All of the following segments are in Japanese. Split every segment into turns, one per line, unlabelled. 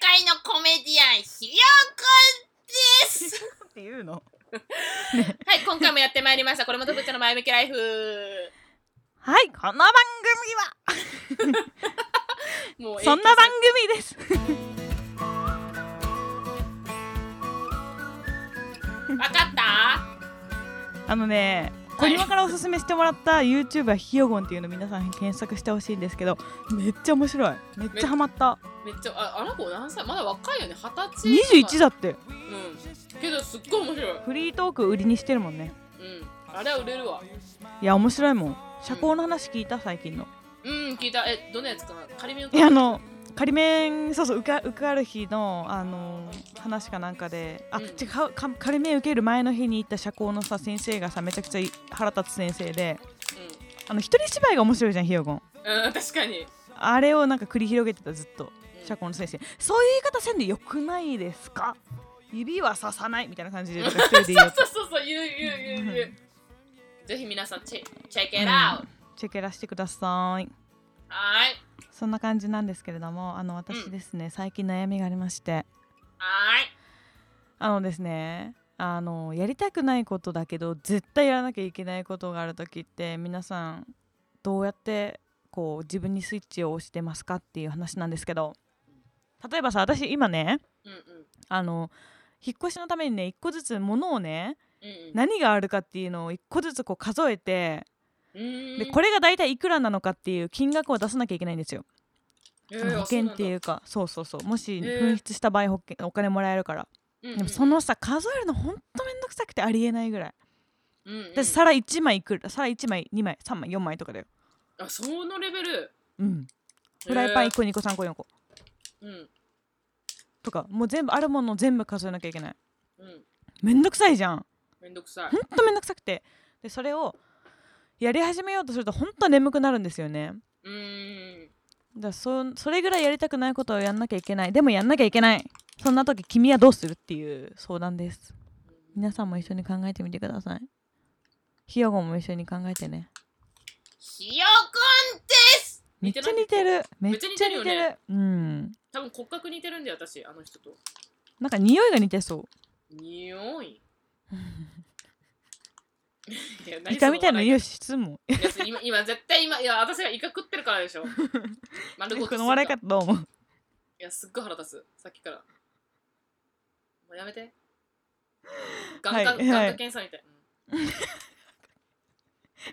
界のコメディアンひよこです
っていうの
はい今回もやってまいりましたこれも特徴の前向きライフ
はいこの番
も
組
う
はそんな番組です
分かった
あのね小庭からおすすめしてもらった YouTuber ひよごんっていうの皆さん検索してほしいんですけどめっちゃ面白いめっちゃハマった
めっちゃああの子何歳まだ若いよね二十歳
21だって
うんけどすっごい面白い
フリートーク売りにしてるもんね
うんあれは売れるわ
いや面白いもん社交の話聞いた最近の
うん聞いたえどんなやつかな仮免
いやあの仮面そうそう受か受かる日のあの話かなんかであ、
うん
違うかか仮面受ける前の日に行った社交のさ先生がさめちゃくちゃい腹立つ先生であの一人芝居が面白いじゃんひよごん
うん、うん、確かに、
あれをなんか繰り広げてたずっと
うん
社交の先生そういう言い方せんでよくないですか指は刺さないみたいな感じでなんか一人で言うや つ
そうそうそう言う言う言う言うぜひ皆さんチェチェックイットアウト
チェケラしてください
はーい
そんな感じなんですけれどもあの私ですね、最近悩みがありまして
はーい
あのですねあのやりたくないことだけど絶対やらなきゃいけないことがある時って皆さんどうやってこう自分にスイッチを押してますかっていう話なんですけど例えばさ私今ね
うんうん
あの引っ越しのためにね一個ずつ物をね
うんうん
何があるかっていうのを一個ずつこう数えて
うーん
でこれが大体いくらなのかっていう金額を出さなきゃいけないんですよ。
え
その
ー
保険っていううかそうそうそうもし
ー
紛失した場合保険お金もらえるから、
あうなんだ
でもそのさ数えるのほんとめんどくさくてありえないぐらい、
うんうんうん
で皿1枚いくら皿1枚2枚3枚4枚とかだよ
あそのレベル
うんフライパン1個2個3個4個
えーうん
とかもう全部あるものを全部数えなきゃいけない
うん
めんどくさいじゃん
めんどくさい
ほんとめんどくさくてでそれをやり始めようとするとほんと眠くなるんですよね
うーん
だからそそれぐらいやりたくないことをやんなきゃいけないでもやんなきゃいけないそんな時君はどうするっていう相談です皆さんも一緒に考えてみてくださいひよごも一緒に考えてね
ひよこんです
めっちゃ似てるめっ
っ
ち
ち
ゃ
ゃ
似
似
て
て
る
るよね
うん
多分骨格似てるんだよ私あの人と
なんか匂いが似てそ
匂 いいや
う
何
イカみたい
その
な
笑
匂い質問
いや 今今絶対今いや私がイカ食ってるからでしょ丸ごと
この笑
い
い方どうも
やすっごい腹立つさっきからもうやめて眼科,、
はい
眼科検査みたい、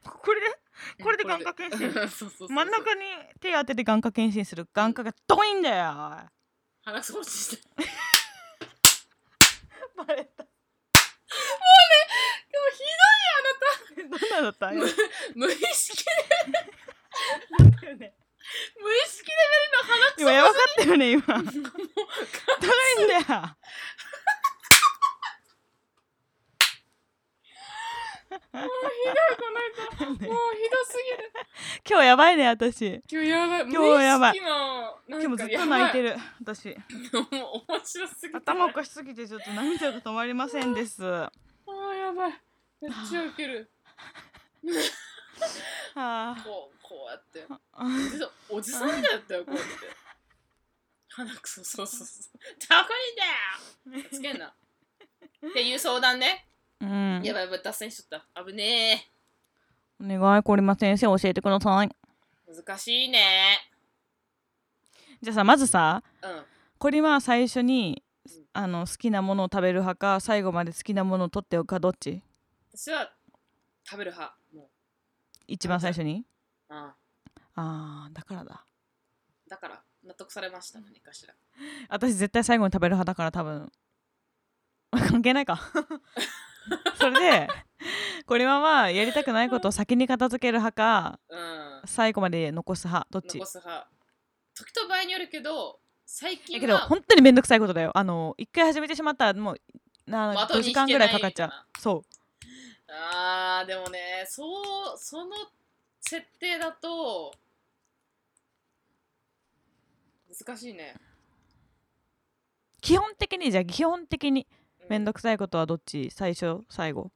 これこれで眼 科検診
診そうそうそう
真ん中に手当てて眼科検診する眼科が遠いんだよ
鼻くそ落ちして
バレた
でもひ
どんなだった
どい無意識で無意識レベルの鼻
今や
く
ばかったよ ね今遠いんだよ
そもうひどいこの間もうひどすぎる
今日やばいね私
今日やばい
今日やば
無意
い
識のなんか
今日もずっと泣いて
る
る私
もう面白すぎて
頭おかしすぎてちょっと涙が止まりませんですは
あーやばいめっちゃウケる
あ
こうこうやって
あ
おじさんおじさんみたいだったよこうやって鼻くそそうそうそうどこにだよつけんなっていう相談ね
うん
やばいやばい脱線しとった危ね
お願いこりま先生教えてください
え難しいね
じゃあさまずさ
うん
こりま最初に
うん
あの好きなものを食べる派か最後まで好きなものを取っておくかどっち
私は食べる派もう
一番最初に
ああ
あーだからだ
だから納得されました何かしら
私絶対最後に食べる派だから多分関係な いかそれでこれはまあやりたくないことを先に片付ける派か
うん
最後まで残す派どっち
残す派時と場合によるけど最近
だ
は
けど本当にめんどくさいことだよあの一回始めてしまったらもうな
まあ後
5
に
時間ぐらいかかっちゃ
引けないう
そ
あーでもねそうその設定だと難しいね、
う基本的にじゃあ基本的に
うん
めんどくさいことはどっち最初最後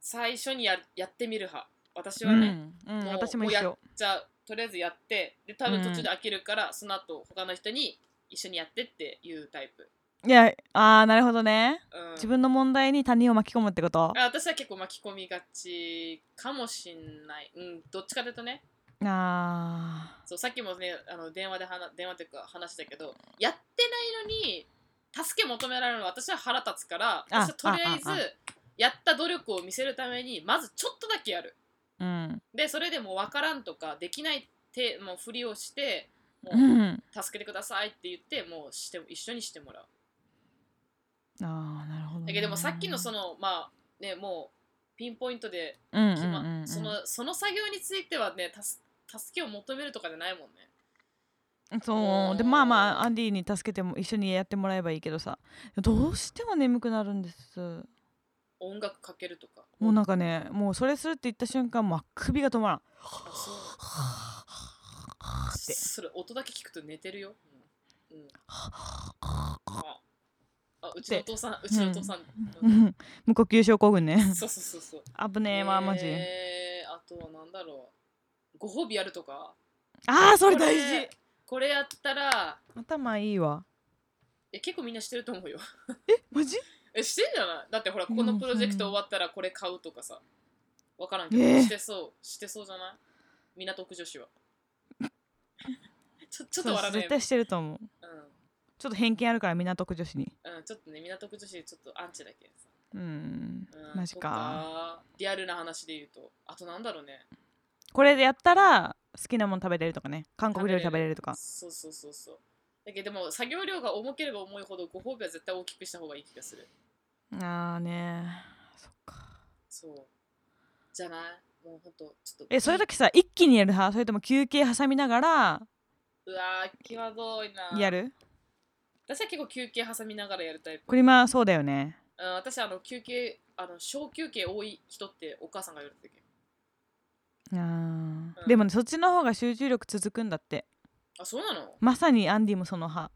最初にややってみる派私はね、
うん、うん
もう
私も一
や
緒
じゃあとりあえずやってで多分途中で飽きるから、その後他の人に一緒にやってっていうタイプ、
いやあーなるほどね
うん、
自分の問題に他人を巻き込むってこと
あ私は結構巻き込みがちかもしんない、うん、どっちかというとね
あ
そうさっきもねあの電話で話電話というか話したけどやってないのに助け求められるのは私は腹立つから私はとりあえず
あああ
やった努力を見せるためにまずちょっとだけやる
ーうん
でそれでもう分からんとかできないってもうふりをしても
う
うん助けてくださいって言ってもうして一緒にしてもらう
あーなるほどね、
だけどでもさっきのそのまあねもうピンポイントで
うんうん
決ま
うんうん
そのその作業についてはねたす助けを求めるとかじゃないもんね
そうでまあまあアンディに助けても一緒にやってもらえばいいけどさどうしても眠くなるんです
音楽かけるとか
もうなんかねもうそれするって言った瞬間もう首が止まらん
あそう
って
それ音だけ聞くと寝てるよ、うんうん、ああうちのお父さんうちのお父さん、
う
うん
ん無呼吸症候群ね
そうそうそうそう
危ねえわマジ
えーあとはなんだろうご褒美やるとか
あーそれ大
こ
事
れこれやったら
頭いいわ
え結構みんなしてると思うよ
マジ
えしてんじゃないだってほらこのプロジェクト終わったらこれ買うとかさわからんけど、
えー
してそうしてそうじゃない港区女子は ちょちょっと笑
そう
ね
絶対してると思う
うん
ちょっと偏見あるから港区女子に
うん、ちょっとね、港区女子ちょっとアンチだけどさ。
うん
うん、
マジか
とか。リアルな話で言うと、あとなんだろうね。
これでやったら好きなもの食べれるとかね韓国料理食べれるとか
そうそうそうそう。だけどでも、作業量が重ければ重いほど、ご褒美は絶対大きくした方がいい気がする。
あーねそっか
そう。じゃないもうほんと、ちょっと。
えそういう時さ一気にやる派それとも休憩挟みながら
うわー、際どいな。
やる
私は結構休憩挟みながらやるタイプ。
これまあそうだよね
うん、私、あの、休憩、あの、小休憩多い人ってお母さんがいる時。
あー
うん
でもねそっちの方が集中力続くんだって
あ、そうなの
まさにアンディもその派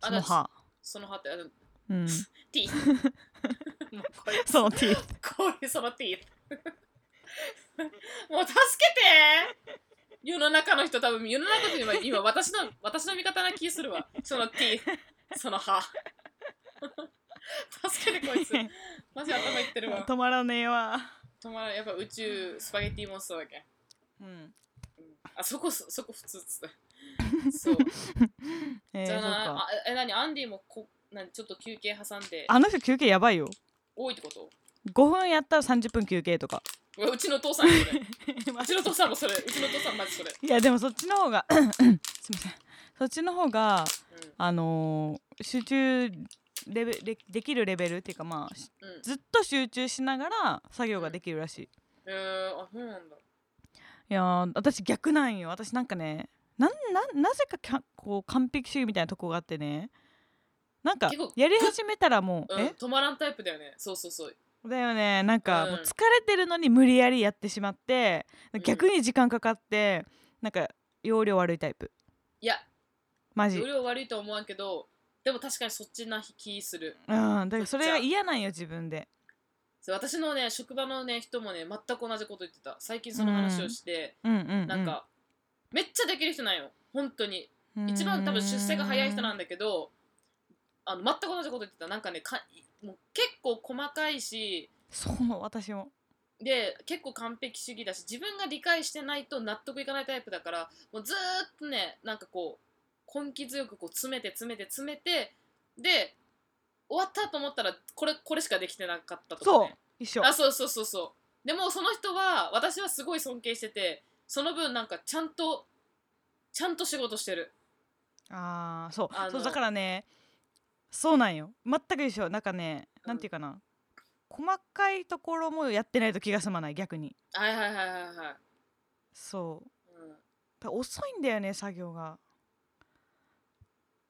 その派
その歯って、あの、
うん
ティー。もうこれ
そのティー
こういうそのティー もう助けて世の中の人多分世の中の人は今私の私の味方な気するわそのティーその歯 助けてこいつマジ頭いってる わ
止まらねえわ
止まらんやっぱ宇宙スパゲティモンスターだっけ
うん
あそこそそこ普通っつってそう
えー、
じゃ
そう
あな
か
あえ何アンディもこ何ちょっと休憩挟んで
あの人休憩やばいよ
多いってこと
5分やったら30分休憩 とか
うわうちのお父さんそ れうちのお父さんもそれうちのお父さんマジそれ
いやでもそっちの方が すみませんそっちの方があのー集中レベでできるレベルっていうかまあし
うんうん
ずっと集中しながら作業ができるらしい、
えー、あそうなんだ
いやー私逆なんよ私なんかねなんなんなぜかきゃこう完璧主義みたいなとこがあってねなんか
結構
やり始めたらもう、
うん、
え
止まらんタイプだよねそうそうそう
だよねなんか
うん
もう疲れてるのに無理やりやってしまって
うん
逆に時間かかってなんか容量悪いタイプ
いや
マジ
要領悪いとは思わんけどでも確かにそっちな気する
うん、だからそれが嫌なんよ自分で。
そう私のね職場のね人もね全く同じこと言ってた最近その話をして、
うんうんうん、
なんか、めっちゃできる人なんよ本当に
うん
一番多分出世が早い人なん
だ
だけどあの全く同じこと言ってたなんかねかもう結構細かいし
そう私も
で結構完璧主義だし自分が理解してないと納得いかないタイプだからもうずーっとねなんかこう根気強くこう詰めて詰めて詰めてで終わったと思ったらこれこれしかできてなかったとか、
そう
ね、
一緒
あそうそうそうそうでもその人は私はすごい尊敬しててその分なんかちゃんとちゃんと仕事してる
あーそう
あの
そうだからねそうなんよ全く一緒なんかね、
うん
なんていうかな細かいところもやってないと気が済まない逆に
はいはいはいはいはい、
そう
うん、
だから遅いんだよね作業がっ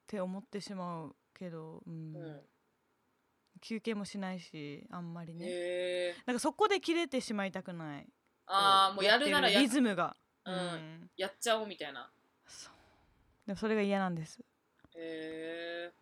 て思ってしまうけど、うん
うん
休憩もしないしあんまりね、
へえ
なんかそこで切れてしまいたくない
ああもうやるなら
や
や
ってリズムが、
うんやっちゃおうみたいな
そうでもそれが嫌なんです
へえ
だか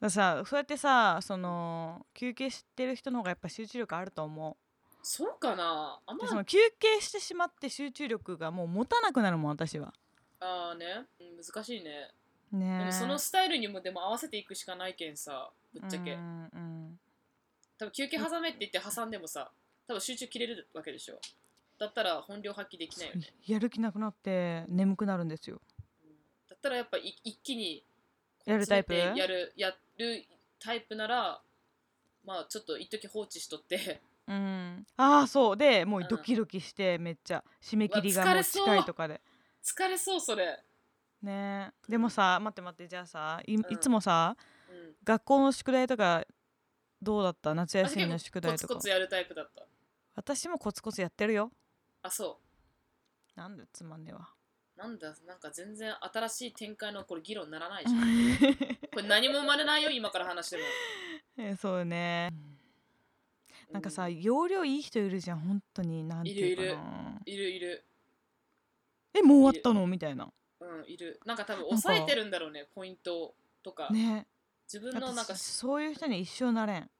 らさそうやってさその休憩してる人の方がやっぱ集中力あると思
そうかなあん
う
ま
でその休憩してしまって集中力がもう持たなくなるもん私は
ああね、うん難しいね。
うね
で
え
もそのスタイルにもでも合わせていくしかないけんさぶっちゃけ、
うんうん
多分休憩挟めって言って挟んでもさ多分集中切れるわけでしょだったら本領発揮できないよね
やる気なくなって眠くなるんですよ
だったらやっぱい一気にこう
やるタイプ
詰めてやるやるタイプならまあちょっと一時放置しとって
うん、ああそうでもううんドキドキしてめっちゃ締め切り
うわ
が
疲
も
れ
う
そう
近いとかで
疲れそうそれ、
ねえでもさ待って待ってじゃあさい,、
ん
いつもさ
うん、
学校の宿題とかどうだった夏休みの
私結構
宿
コ
題と
ツ
か
コツやるタイプだった
私もコツコツやってるよ
あそ
なんでつまんねえわ
うなんだなんか全然新しい展開のこれ議論にならないじゃんこれ何も生まれないよ今から話しても
え そうね なんかさ
う
容量いい人いるじゃん本当になんていうかない
るいるいるいる
えもう終わったのみたいな
うんいるなんか多分抑えてるんだろうねポイントとか、
ね
自分のなんか
私そういう人に一生なれん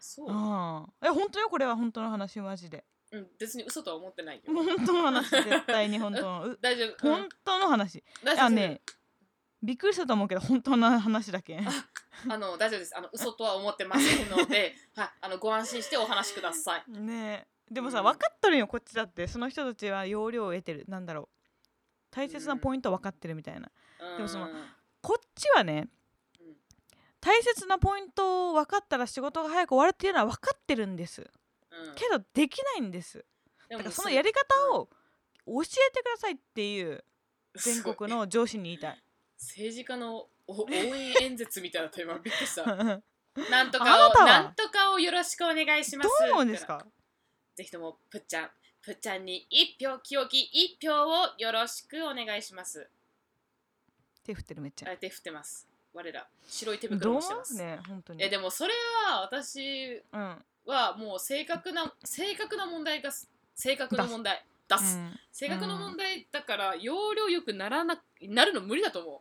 そう
う、んえ本当よこれは本当の話マジで
うん、別に嘘とは思ってないよ
本当の 話絶対に本当のう
大丈夫、う
本
ん、
当の話
大丈夫
あねびっくりしたと思うけど本当の話だけん
あの大丈夫です。あの嘘とは思ってませんので、はい、あのご安心してお話しください。
ねえでも
う
さ
ん
分かっとるんよこっちだってその人たちは容量を得てるなんだろう大切なポイント分かってるみたいな
うん
でもそのこっちはね
うん
大切なポイントを分かったら仕事が早く終わるっていうのは分かってるんです
うん
けどできないんです
で
だ
も
からそのやり方を教えてくださいっていう
す
全国
すごい
の上司に 言いたい
政治家の お応援演説みたいだった今びっくりした。
ど
なんとか
あな
を
たは
なんとかをよろしくお願いします。
う思うんです
みたい
か
な。ぜひともぷっちゃんぷっちゃんに一票清き一票をよろしくお願いします。
手振ってるめっちゃ
あ手振ってます。我ら白い手
ど
袋
う
を
思
してます。
うね本当に
えでもそれは私
うん
はもう正確な正確な問題が正確な問題出す。
うん
性格の問題だから容量よくならななるの無理だと思う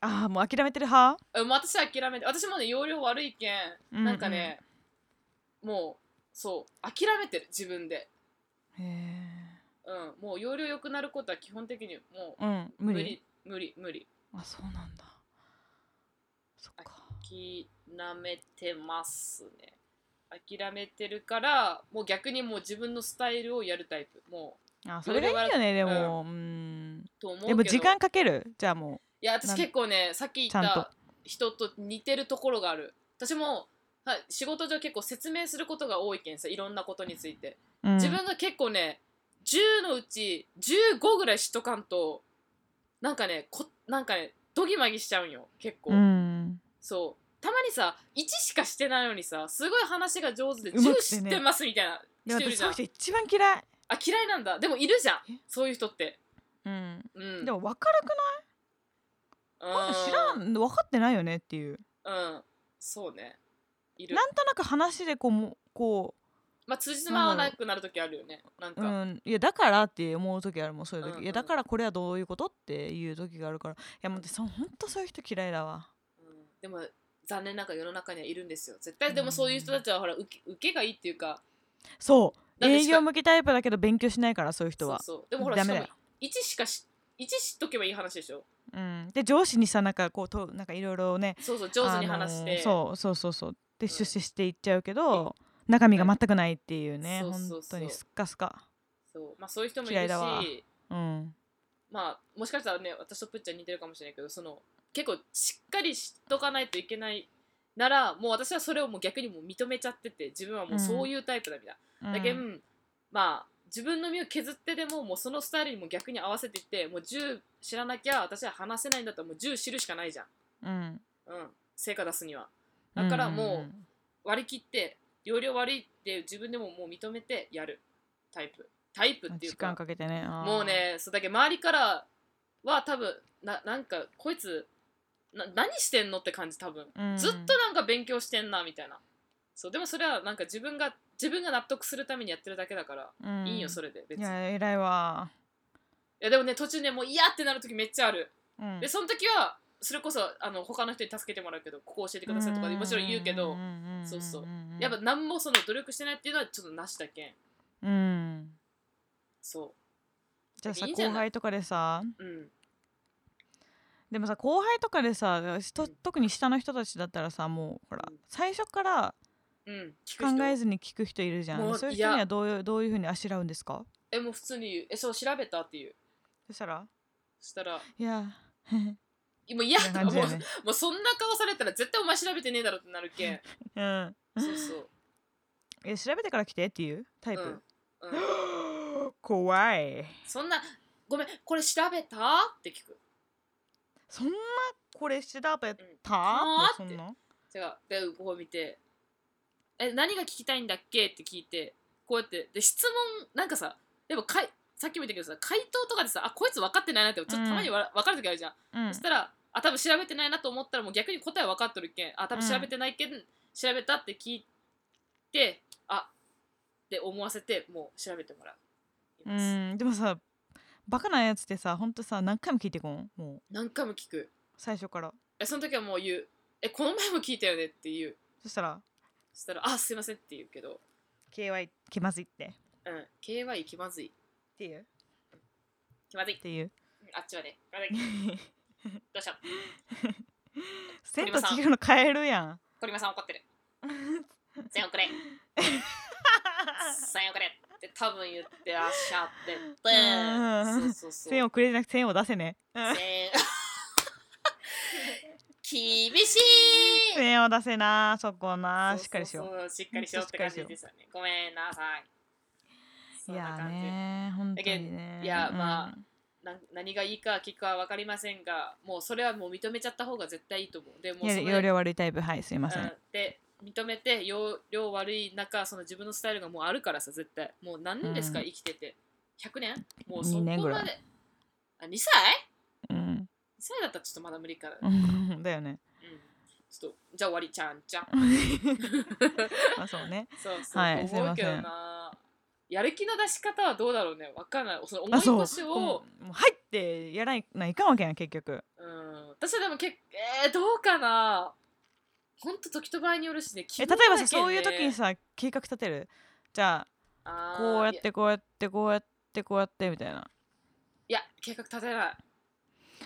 ああもう諦めてる派
あもう私は諦めて私もね容量悪いけん、
うん
なんかねもうそう諦めてる自分で、
へえ
うん、もう容量良くなることは基本的にも
うん
う
無理
無理無理
あそうなんだそっか
無理諦めてますね諦めてるからもう逆にもう自分のスタイルをやるタイプも
あそれがいいよねでもうん
うと思うけど
でも時間かけるじゃあも
いや私
なん
結構ねさっき言っ
ちゃんと
た人と似てるところがある私も、はい、仕事上結構説明することが多いけんさいろんなことについて、
う、うん
自分が結構ね10のうち15ぐらい知っとかんとなんかねこなんかねドギマギしちゃうんよ結構、
うん
そうたまにさ1しかしてないのにさすごい話が上手で
うま
10
く
知
てね
ってますみたいな、
で
人いるじ
私
ゃ
そう
ん
いう人一番嫌い、
あ嫌いなんだでもいるじゃん
え
そういう人って
うん、
うん
でも分からくな
う
い知らん分かってないよねっていう
うんそうねいる
なんとなく話でこうもこ
まあ、通じつま合わなくなる時あるよね。なん
う、
か、
う
うん
ん、いやだからって思う時あるもんそういう時、
うんうん
いやだからこれはどういうことっていう時があるからいやもうそ本当そういう人嫌いだわ
でも残念ながら世の中にはいるんですよ。絶対でもそういう人たちはほら受け受けがいいっていうか
そう
だって
営
しか
業向きタイプだけど勉強しないからそういう人
そう
は
そうでもほら
ダ
し
メ
か
だ
も
よ
1しかし1知っとけばいい話でしょ。
うん、で上司にさなんかこうとなんかいろいろね
そうそう上手に話して、
あのーそうそうそうそうで
ん
出世していっちゃうけど、中身が全くないっていうね、
そうそうそう
本当にすっかすか
そうまあ、そういう人もい
嫌
るし
いだわうん
まあ、もしかしたらね私とぷっちゃん似てるかもしれないけどその結構しっかり知っとかないといけないならもう私はそれをもう逆にもう認めちゃってて自分はもうそういうタイプだみたいな。だけん、まあ自分の身を削ってでももうそのスタイルにも逆に合わせていってもう10知らなきゃ私は話せないんだったらもう10知るしかないじゃん、
うん
うん、成果出すにはだからもう割り切って容量悪いって自分でももう認めてやるタイプタイプ
うん
っていう
時
か
間かけてねあー
もうねそうだけど周りからは多分ななんかこいつな何してんのって感じ多分
うん
ずっとなんか勉強してんなみたいなそうでもそれはなんか自分が自分が納得するためにやってるだけだから
うん
いいよそれで別に
い
いや
や偉いわ、
でもね途中ねもう嫌ってなる時めっちゃある
うん
でその時はそれこそあの他の人に助けてもらうけどここ教えてくださいとかもちろん言うけど
んんんんん
そうそうやっぱ何もその努力してないっていうのはちょっとなしだけん
うん
そ
じゃあさ
いいんじゃな
後
い
輩とかでさ
ううん
でもさ後輩とかでさしと特に下の人たちだったらさもうほら
うん
最初から
うん、聞
考
く人
えずに聞く人いるじゃ
も
ん
う
そういう
いや
人にはどういうどういうふうにあしらうんですか
えもう普通に言うえそう調べたっていう
そしたら
そしたら
いやみ
もう嫌
たい
と
な
か
感じ
も
だ
う
よね
もうそんな顔されたら絶対お前調べてねえだろってなるけん
うん
そうそう
いや調べてから来てっていうタイプ、
うん、うん、
怖い
そんなごめんこれ調べたって聞く
そんなこれ調べ
うん
た
あー
そ
っ
ん
て
な
違うでこう見て「え何が聞きたいんだっけ?」って聞いてこうやってで質問なんかさでもかいさっきも言ったけどさ回答とかでさ「あこいつ分かってないな」ってちょっとたまにわ、分かる時あるじゃん、
うん
そしたら「あ多分調べてないな」と思ったらもう逆に答え分かっとるけん「あ多分調べてないけん、調べた」って聞いて「あって思わせてもう調べてもらう。いうます
んでもさバカなやつってさほんとさ何回も聞いてこんもう
何回も聞く
最初から
えその時はもう言う「えこの前も聞いたよね」って言う
そしたら
そしたら「あすいません」って言うけど
「KY 気まずい」ってっ
「うん KY 気まずい
ていうっ
気まずい」
て いう
うんあっちはね。あれどうした
千と千尋のカエルやん
鳥間さん怒ってる。千円く れ。千円くれ。って多分言ってらっしゃって
うん
て。そうそうそう。
千をくれじゃなくて千を出せね
千円厳しい
千を出せなそこなしっかりしよう
そうそうそうしっかりしようって感じですよね。ごめんなさい。そ
い
んな
やー
感じ
ねー本当にね
いや
うん
まな何がいいか聞くか分かりませんが、もうそれはもう認めちゃった方が絶対いいと思う。でもう
いや
それ
容量悪いタイプはいすいません、
うん、で認めて容量悪い中その自分のスタイルがもうあるからさ絶対もう何年ですか、
うん
生きてて100年もうそこま
2
で
年ぐらい
あ2歳 ?2
うん
歳だったらちょっとまだ無理から、うん
うん、 だよね
ちょっとじゃあ終わりちゃんちゃん
まあそうね
そうそう、
はい
思うけど
すい
なやる気の出し方はどうだろうねわかんないその
あそう
思い越し
こうも
を
うもう入ってやらないないかんわけやん結局
うん私はでもけえー、どうかなほんと時と場合によるしね
え
気
例
分
えば
だ
さ
けね
そういう時にさ計画立てるじゃ
あー
あこうやっ
い
てこうやってこうやってこうやってみたいない
や計画立てない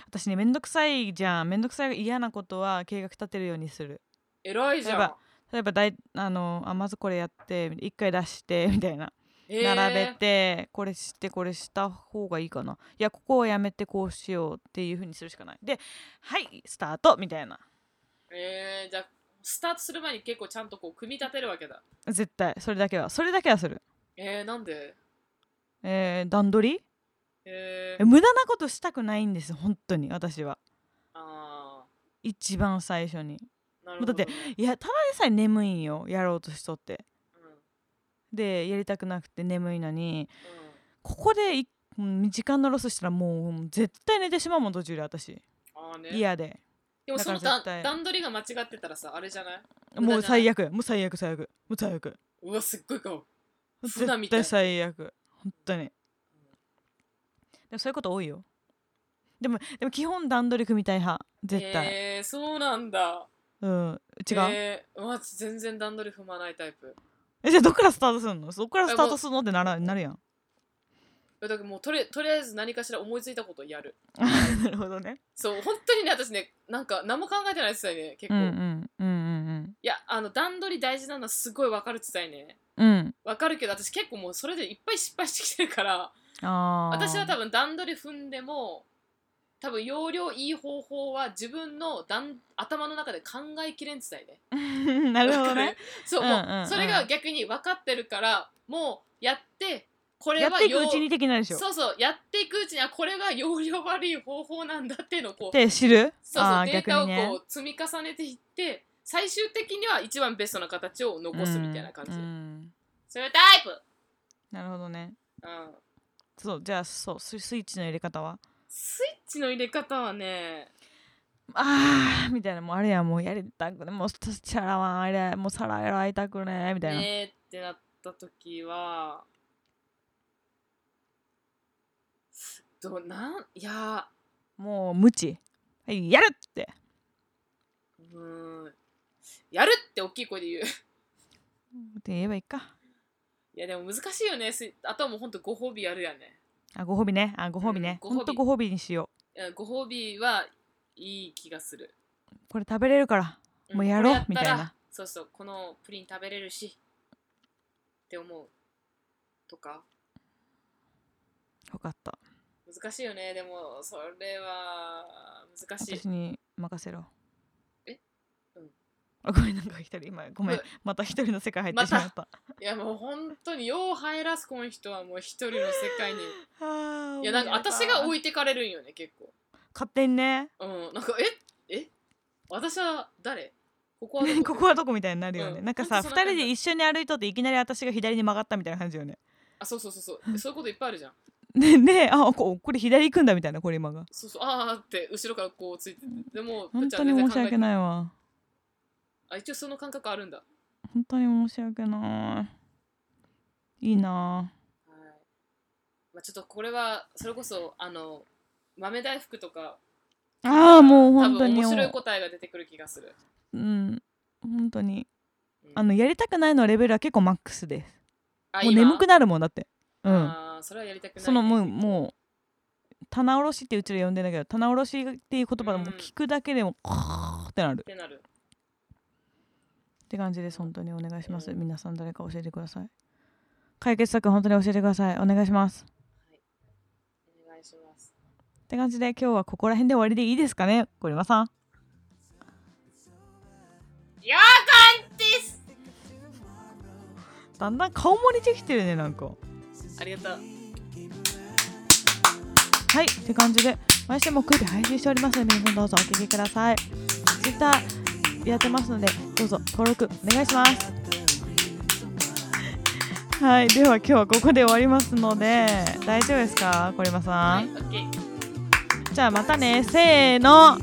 私ねめんどくさいじゃんめんどくさいが嫌なことは計画立てるようにする
偉いじゃ
や
ん
っぱ例えばだいあのあまずこれやって一回出して みたいな並べてこれしてこれした方がいいかないやここをやめてこうしようっていう風にするしかないではいスタートみたいな
えー、じゃあスタートする前に結構ちゃんとこう組み立てるわけだ
絶対それだけはそれだけはする
えー、なんで
えー段取り
え
え
ー、
無駄なことしたくないんです本当に私は
あ
一番最初に
ーなるほど、ね、
だっていやただでさえ眠いんよやろうとしとって
うん
でやりたくなくて眠いのに
うん
ここでいうん時間のロスしたらもう絶対寝てしまうもん途中で私
あーね、
嫌で
でもその
だ
段
から絶対
段取りが間違ってたらさあれじゃない無駄じゃない
もう最悪もう最悪最悪もう最悪
うわすっごい顔普段み
絶
たい
対最悪本当にでもそういうこと多いよでもでも基本段取り組みたい派絶対、
えー、そうなんだ
うん違う、
えー、マジ全然段取り踏まないタイプ
えじゃあどっからスタートするのそっからスタートするのってならなるやん
えだからもうとりとりあえず何かしら思いついたことをやる
なるほどね
そう本当にね私ねなんか何も考えてないって言ってたよね結構、
うんう
い
んうんうん
やあの段取り大事なのはすごいわかるって言ってたよね
うんうん
わかるけど私結構もうそれでいっぱい失敗してきてるから
あー
私は多分段取り踏んでも多分要領いい方法は自分の段頭の中で考えきれん伝えね。
なるほど
わか
ね
るそう,、
うんうんう
もうんそれが逆に分かってるからもうやってこれ
やっ
は
ていくうちに的なでしょ
そうそうやっていくうちにあこれが要領悪い方法なんだっていうのをこう
で知る
そうそう
あー
デー
逆
タ
に
をこ
ね
う積み重ねていって最終的には一番ベストな形を残すみたいな感じ、
うんうん
そういうタイプ、
なるほどね
うん、
そうじゃあそうススイッチの入れ方は
スイッチの入れ方はね
あーみたいなもうあれやもうやりたくねもうそしたらはあれもう皿洗いたくねみたいな、
ねえってなった時はどうなんいや
もう無知はいやるって
うーんやるって大きい声で言う
って言えばいいか
いやでも難しいよねすあとはもうほんとご褒美やるやね
あご褒美ねあご褒美ね、
うん
ほんとご褒美にしよ
うんご褒美はいい気がする、
これ食べれるから
ん
もうやろう
これったら
みたいな
そうそうこのプリン食べれるしって思うとか
よかった
難しいよねでもそれは難しい
私に任せろ
えうん
あごめんなんか一人今ごめん、
うん
また一人の世界入ってしまった、
いやもう本当によう入らすこの人はもう一人の世界 に
はあ
いやなんか私が置
い
いてかれるんよね結構
勝手にね
うんなんかええ私は誰ここはど
ここはどこみたいになるよね、
うん
なんかさ
ほん
二
とそんな
人
感じ
で一緒に歩いとっていきなり私が左に曲がったみたいな感じよね
あそうそうそうそうそういうこといっぱいあるじゃん
ねねあここれ左行くんだみたいなこれ今が
そうそうああって後ろからこうついてでも
本
ぶっちゃ
当
け
に
全然
申
考
し
え
訳ないわ
あ一応その感覚あるんだ
本当に申し訳ないいいな
はい、まあ、ちょっとこれはそれこそあの豆大福とか
ああもう本当に
多分面白い答えが出てくる気がする、
うん本当に
うん
あのやりたくないのレベルは結構マックスです
あ
もう眠く
な
なるもんだってうん
あーそれはやりたくないね、
そのもうもう棚卸しってうちら呼んでんだけど棚卸しっていう言葉でも
うん
聞くだけでもカーってなる
ってなる
って感じです本当にお願いします
うん
皆さん誰か教えてください解決策本当に教えてくださいお願いします
お願いします
って感じで今日はここら辺で終わりでいいですかねゴリマさん
やかんです
だんだん顔も似てきてるねなんかは
ありがとう
いって感じで毎週木曜日配信しておりますので皆さんどうぞお聞きください Twitter やってますのでどうぞ登録お願いします はいでは今日はここで終わりますので大丈夫ですかゴリマさ
は
ん、
いオッケー
じゃあまたねせーの